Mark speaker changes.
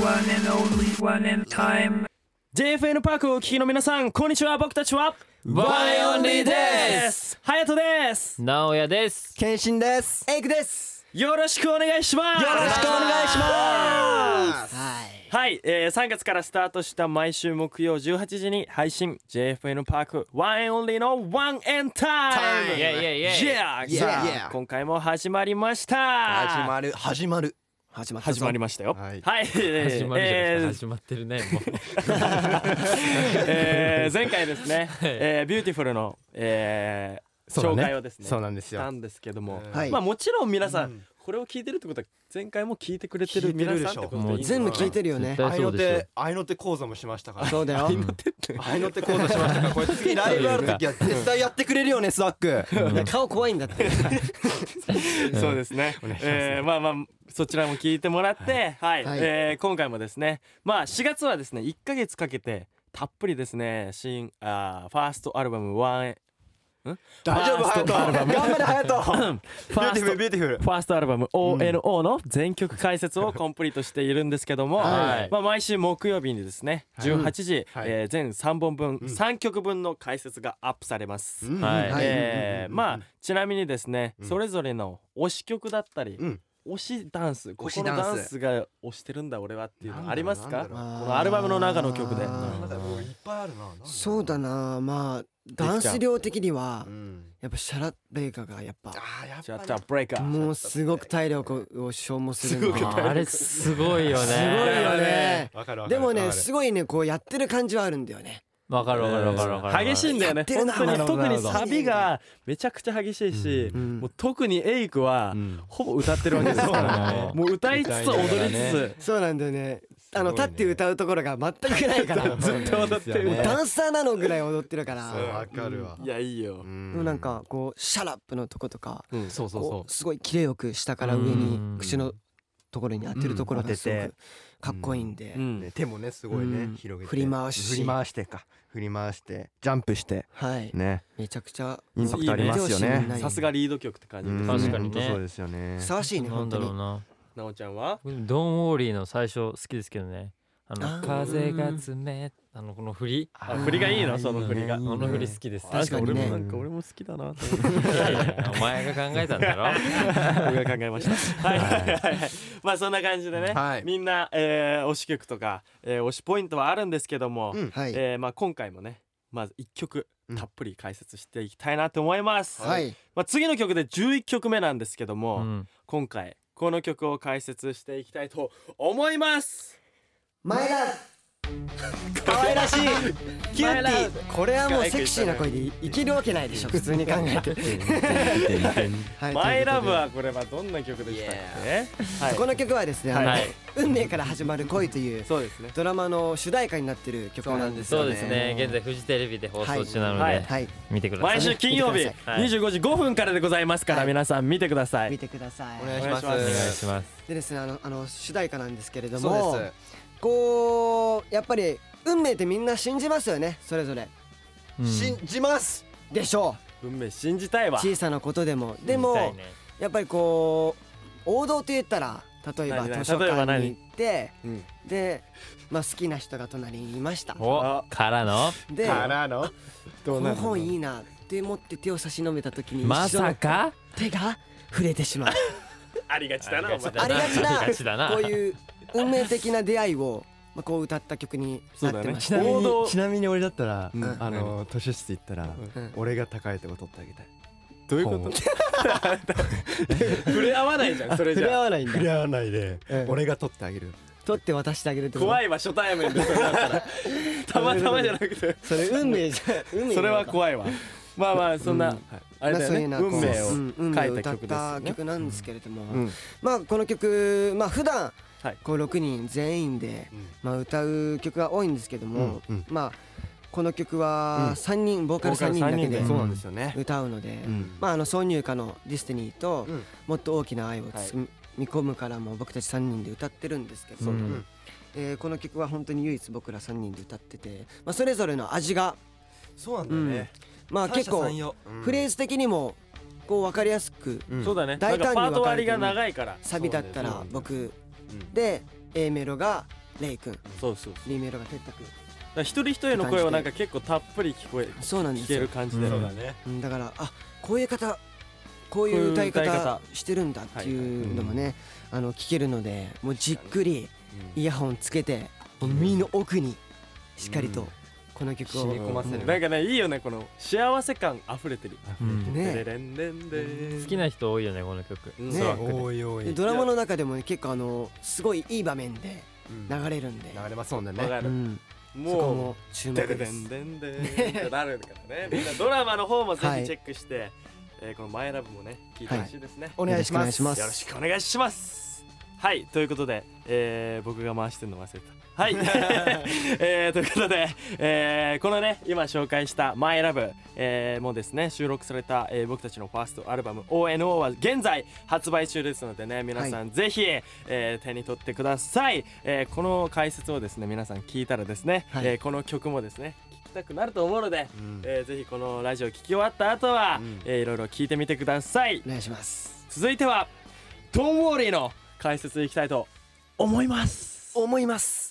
Speaker 1: One and only one and time.
Speaker 2: JFN パークをお聞きの皆さんこんにちは僕たちは
Speaker 3: ワイオンリーです
Speaker 2: ハヤトです
Speaker 3: 直哉です
Speaker 4: 謙信ですエイクです
Speaker 2: よろしくお願いします
Speaker 4: よろしくお願いします
Speaker 2: はい、えー、3月からスタートした毎週木曜18時に配信 JFN パークワンエンオンリーのワンエンタイム
Speaker 3: イエイイエイイエイ
Speaker 2: Yeah!
Speaker 4: Yeah!
Speaker 2: さあ今回も始まりました
Speaker 4: 始まる始まる始まった
Speaker 2: 始まりましたよは
Speaker 4: はいい、
Speaker 2: 始
Speaker 3: 始まるじゃないですか始まってるねもう
Speaker 2: えー 前回ですね、えー、ビューティフルの、えー紹介をですね
Speaker 5: そうなんです
Speaker 2: し
Speaker 5: よ
Speaker 2: たんですけども、
Speaker 4: はい
Speaker 2: まあもちろん皆さん、これを聞いてるってことは前回も聞いてくれてる皆さんってことでいい
Speaker 3: もう
Speaker 4: 全部聞いて
Speaker 2: る
Speaker 4: るよね
Speaker 3: 絶対
Speaker 5: 愛
Speaker 3: そう
Speaker 5: の
Speaker 3: ですよ
Speaker 5: 手愛の手講座もしましたから
Speaker 4: そうだよ
Speaker 5: 愛の手講座しまし たからこれ次ライブある時は絶対やってくれるよねスワック
Speaker 4: いや顔怖いんだって
Speaker 2: そうですね、えーまあまあそちらも聞いてもらってはい、
Speaker 4: はい
Speaker 2: えー今回もですねまあ4月はですね1ヶ月かけてたっぷりですね新あーファーストアルバム「ワンエン」
Speaker 5: 大丈夫
Speaker 2: ファースト
Speaker 5: 隼人
Speaker 2: アルバ
Speaker 5: 頑
Speaker 2: ム
Speaker 5: 張れ隼
Speaker 2: ファースト
Speaker 5: 人ビューティフルビューティフル
Speaker 2: ファーストアルバム ONO の全曲解説をコンプリートしているんですけども、
Speaker 3: はい
Speaker 2: まあ、毎週木曜日にですね18時、
Speaker 5: はい
Speaker 2: えー全3本分、3曲分の解説がアップされます。
Speaker 3: はい
Speaker 4: はい
Speaker 2: えーまあちなみにですね、それぞれの推し曲だったり、
Speaker 5: うん
Speaker 2: 推しダンスこ
Speaker 4: 推
Speaker 2: こ
Speaker 4: し
Speaker 2: の
Speaker 4: ダンス
Speaker 2: ダンスが推してるんだ俺はっていうのあります
Speaker 5: な
Speaker 2: か
Speaker 5: ん
Speaker 2: こ
Speaker 5: だろう
Speaker 2: のアルバムの中の曲で。
Speaker 5: なんかもういっぱいあるななんだ
Speaker 4: そうだなまあダンス量的には
Speaker 5: うん
Speaker 4: やっぱシャラベイカがやっぱ
Speaker 5: あーやっ
Speaker 2: じゃあ
Speaker 5: ぱ
Speaker 2: じゃあブレイカー
Speaker 4: もうすごく体力を消耗するの
Speaker 3: あれすごいよね
Speaker 4: すごいよね
Speaker 5: わかるわかる
Speaker 4: でも
Speaker 5: わ
Speaker 4: ね
Speaker 5: かる
Speaker 4: すごいねこうやってる感じはあるんだよね
Speaker 3: わかるわかるわかるわかる
Speaker 2: 激しいんだよね
Speaker 4: やってる
Speaker 2: 本
Speaker 4: な
Speaker 2: 当に
Speaker 4: なるほど
Speaker 2: 特に
Speaker 4: なるほど
Speaker 2: サビがめちゃくちゃ激しいし、
Speaker 4: ん
Speaker 2: もう特にエイクは、ほぼ歌ってるわけですから、ね、もう歌いつつ踊りつつ
Speaker 4: そうなんだよねあの
Speaker 5: すご
Speaker 4: 立
Speaker 5: い
Speaker 4: っ
Speaker 5: ね
Speaker 4: て歌うところが全くないから
Speaker 2: ずっと踊ってる、
Speaker 5: ね
Speaker 4: ダンサーなのぐらい踊ってるから
Speaker 5: そうわかるわ
Speaker 2: いやいいよ
Speaker 5: う、
Speaker 4: でもなんかこうシャラップのとことか
Speaker 2: うん
Speaker 3: そうそう
Speaker 4: こ
Speaker 3: そう
Speaker 4: すごい綺麗よく下から上
Speaker 3: うん
Speaker 4: に口のところに当てるところ
Speaker 5: う
Speaker 4: が
Speaker 5: ん
Speaker 4: すご
Speaker 5: 当て
Speaker 4: くかっこいいんで、
Speaker 2: うん
Speaker 5: ね手もねすごいね
Speaker 4: うん
Speaker 5: 広げて
Speaker 4: 振り回し
Speaker 5: 振り回してか振り回してジャンプして
Speaker 4: はい、
Speaker 5: ね
Speaker 4: めちゃくちゃ
Speaker 5: インパクトありますよ
Speaker 4: いいね
Speaker 5: ね
Speaker 2: さすがリード曲って感じです、
Speaker 5: うん
Speaker 3: 確かにね
Speaker 5: 本当そうですよね
Speaker 4: ふさわしいね
Speaker 3: なん
Speaker 4: 本当
Speaker 3: だろう
Speaker 4: に
Speaker 3: な
Speaker 2: なおちゃんは
Speaker 3: ドン・ウォーリーの最初好きですけどねあの
Speaker 4: あー
Speaker 3: 風が冷あのこの振り
Speaker 2: あ振りがいいのその振りが
Speaker 5: いい
Speaker 3: こ
Speaker 5: ね
Speaker 3: の振り好きです
Speaker 4: 確かにね
Speaker 2: あなんか俺もなんか俺も好きだなと思って
Speaker 3: いやいやお前が考えたんだろ
Speaker 2: 僕が考えました。はいはいはいはい。まあそんな感じでね、
Speaker 5: はい
Speaker 2: みんな、えー推し曲とか、えー推しポイントはあるんですけども、
Speaker 5: うん
Speaker 4: はい
Speaker 2: えーまあ今回もね、まず一曲
Speaker 5: うん
Speaker 2: たっぷり解説していきたいなと思います。
Speaker 4: はい
Speaker 2: まあ次の曲で11曲目なんですけども、
Speaker 3: うん
Speaker 2: 今回この曲を解説していきたいと思います。
Speaker 4: 前田可愛らしいキューティーこれはもうセクシーな声でいいけるわけないでしょ普通に考え てはい
Speaker 2: マイラブ
Speaker 4: という
Speaker 2: はこれはどんな曲でしたっけ？は
Speaker 4: ことでこの曲はですね、あの
Speaker 3: はい
Speaker 4: 運命から始まる恋という
Speaker 2: そうですね。
Speaker 4: ドラマの主題歌になってる曲なんですよ
Speaker 3: そう
Speaker 4: ね
Speaker 3: ですね現在フジテレビで放送中なの
Speaker 2: はい
Speaker 3: で
Speaker 4: はい
Speaker 3: 見てください
Speaker 2: 毎週金曜日
Speaker 4: 見て
Speaker 3: ください
Speaker 2: 25時5分からでございますから、
Speaker 4: はい
Speaker 2: 皆さん見てください
Speaker 4: 見。てください
Speaker 5: お願いします
Speaker 2: お願い
Speaker 3: お
Speaker 2: し
Speaker 3: 願いします
Speaker 4: でですねあのあの主題歌なんですけれど
Speaker 5: そ
Speaker 4: も
Speaker 5: うです
Speaker 4: こうやっぱり運命ってみんな信じますよねそれぞれ
Speaker 3: うん
Speaker 5: 信じます
Speaker 4: でしょ
Speaker 2: 運命信じたいうわ。
Speaker 4: 小さなことでもで
Speaker 3: 見たい
Speaker 4: も
Speaker 3: ね
Speaker 4: やっぱりこう王道と言ったら例えば
Speaker 2: 何何
Speaker 4: 図書
Speaker 2: 例えば
Speaker 4: 館
Speaker 2: 何
Speaker 4: に行って
Speaker 2: うん
Speaker 4: で、まあ、好きな人が隣にいました
Speaker 3: お
Speaker 2: あ
Speaker 3: からの
Speaker 4: で
Speaker 5: らの
Speaker 4: この本いいなって思って手を差し伸べた時に
Speaker 3: ま
Speaker 4: 一度
Speaker 3: さ
Speaker 4: の
Speaker 3: か
Speaker 4: 手が触れてしまう
Speaker 2: ありがちだなお前。
Speaker 4: ありがち
Speaker 3: あ
Speaker 4: な
Speaker 3: りが ちだな
Speaker 4: こういう運命的な出会いを、まあ、こう歌った曲になってまし
Speaker 5: ち
Speaker 4: た
Speaker 5: なみ
Speaker 2: 王道
Speaker 5: にちなみに俺だったら、
Speaker 2: ん
Speaker 5: あの図書室行ったら、
Speaker 4: うん
Speaker 5: 俺が高いとこ取ってあげたい
Speaker 2: どういうこ
Speaker 5: 本を
Speaker 2: と？触れ合わないじゃんそれじ
Speaker 4: 触れ
Speaker 2: ゃ
Speaker 4: 合
Speaker 2: あ
Speaker 4: わないんだ
Speaker 5: 触れ合わないで、
Speaker 4: うん
Speaker 5: 俺が取ってあげる
Speaker 4: 取って渡してあげるってこと
Speaker 2: 怖いわ初対 面でそれだったらたまたまじゃなくて
Speaker 4: それ運命じゃ運命
Speaker 2: それは怖いわまあまあそんな、
Speaker 4: うん
Speaker 2: あれだよね、
Speaker 4: まあそう
Speaker 2: 運
Speaker 4: いうようなこうう
Speaker 2: 命を書い
Speaker 4: ん
Speaker 2: た曲
Speaker 4: 運
Speaker 2: です
Speaker 4: 命を歌
Speaker 2: よ
Speaker 4: った
Speaker 2: ね
Speaker 4: 曲なんですけれども、
Speaker 5: うん
Speaker 4: まあこの曲まあ普段
Speaker 2: はい
Speaker 4: こう6人全員で、
Speaker 5: うん
Speaker 4: まあ、歌う曲が多いんですけども、
Speaker 5: うんうん
Speaker 4: まあこの曲は
Speaker 5: うん
Speaker 4: 3人、ボーカル3人だけで
Speaker 3: ボーカル三人でそうなん
Speaker 5: すよね
Speaker 4: 歌うので、
Speaker 5: うん
Speaker 4: まあ、あの挿入歌の「ディスティニーと
Speaker 5: うん
Speaker 4: 「もっと大きな愛を包み込む」からも僕たち3人で歌ってるんですけど、
Speaker 3: そうだ
Speaker 5: ね
Speaker 4: えーこの曲は本当に唯一僕ら3人で歌ってて、まあ、それぞれの味が、
Speaker 5: そうなん
Speaker 4: うんまあ、結構フレーズ的にもこう分かりやすく
Speaker 5: うん
Speaker 2: そうだね
Speaker 4: 大
Speaker 2: なん
Speaker 4: 胆に
Speaker 2: かパート
Speaker 4: 分か
Speaker 2: 割
Speaker 4: れ
Speaker 2: り
Speaker 4: て
Speaker 2: が
Speaker 4: る
Speaker 2: 長いから
Speaker 4: サビだったら僕
Speaker 5: うん
Speaker 4: で A メロがレイ君
Speaker 2: そうそうそうだか
Speaker 4: リメロが哲太君
Speaker 2: ら一人一人の声はなんか結構たっぷり聞こえ
Speaker 4: そうなんで
Speaker 2: 聞
Speaker 4: す
Speaker 2: け
Speaker 4: よ
Speaker 2: る感じで、
Speaker 3: うん
Speaker 2: は
Speaker 5: ね
Speaker 4: うんだからあこういう方こういう歌い
Speaker 2: こういう歌
Speaker 4: 方
Speaker 2: い
Speaker 4: してるんだっていうのもねあの聞けるのでもうじっくりイヤホンつけてもう耳の奥にしっかりとこの曲を
Speaker 5: 染み込ませる
Speaker 4: うん
Speaker 2: なんかねいいよねこの幸せ感あふれてる
Speaker 3: うん
Speaker 2: テレ
Speaker 4: ね
Speaker 2: レンレンレン
Speaker 3: 好きな人多いよねこの曲
Speaker 2: うん
Speaker 4: ね
Speaker 3: ソラックで
Speaker 5: おいお
Speaker 4: で
Speaker 5: い
Speaker 4: ドラマの中でもね結構あのすごいいい場面で
Speaker 5: うん
Speaker 4: 流れるんで、
Speaker 5: 流れますもんね
Speaker 2: わか
Speaker 4: う
Speaker 2: る、
Speaker 4: ん、そこ
Speaker 2: も
Speaker 4: も注
Speaker 2: う
Speaker 4: 目
Speaker 2: テレ
Speaker 4: で
Speaker 2: レ
Speaker 4: す
Speaker 2: ンレンレンってなるからねみんなドラマの方もぜ
Speaker 4: は
Speaker 2: ひ
Speaker 4: い
Speaker 2: チェックして、えーこの「マイラブもね聞いてほしいですね、
Speaker 4: お願いします
Speaker 2: よろしくお願いしますはいということで、えー僕が回してるの忘れた はい、えーということで、えーこのね今紹介した「マイラブえーもですね収録された、えー僕たちのファーストアルバム「ONO」は現在発売中ですのでね皆さんぜひ、えー手に取ってください、えーこの解説をですね皆さん聞いたらですね、
Speaker 4: はい
Speaker 2: えーこの曲もですね聞きたくなると思うので、えーぜひこのラジオ聞き終わった後は、えーいろいろ聞いてみてください
Speaker 4: お願いします
Speaker 2: 続いてはドンウォーリーの解説に行きたいと思います
Speaker 4: 思います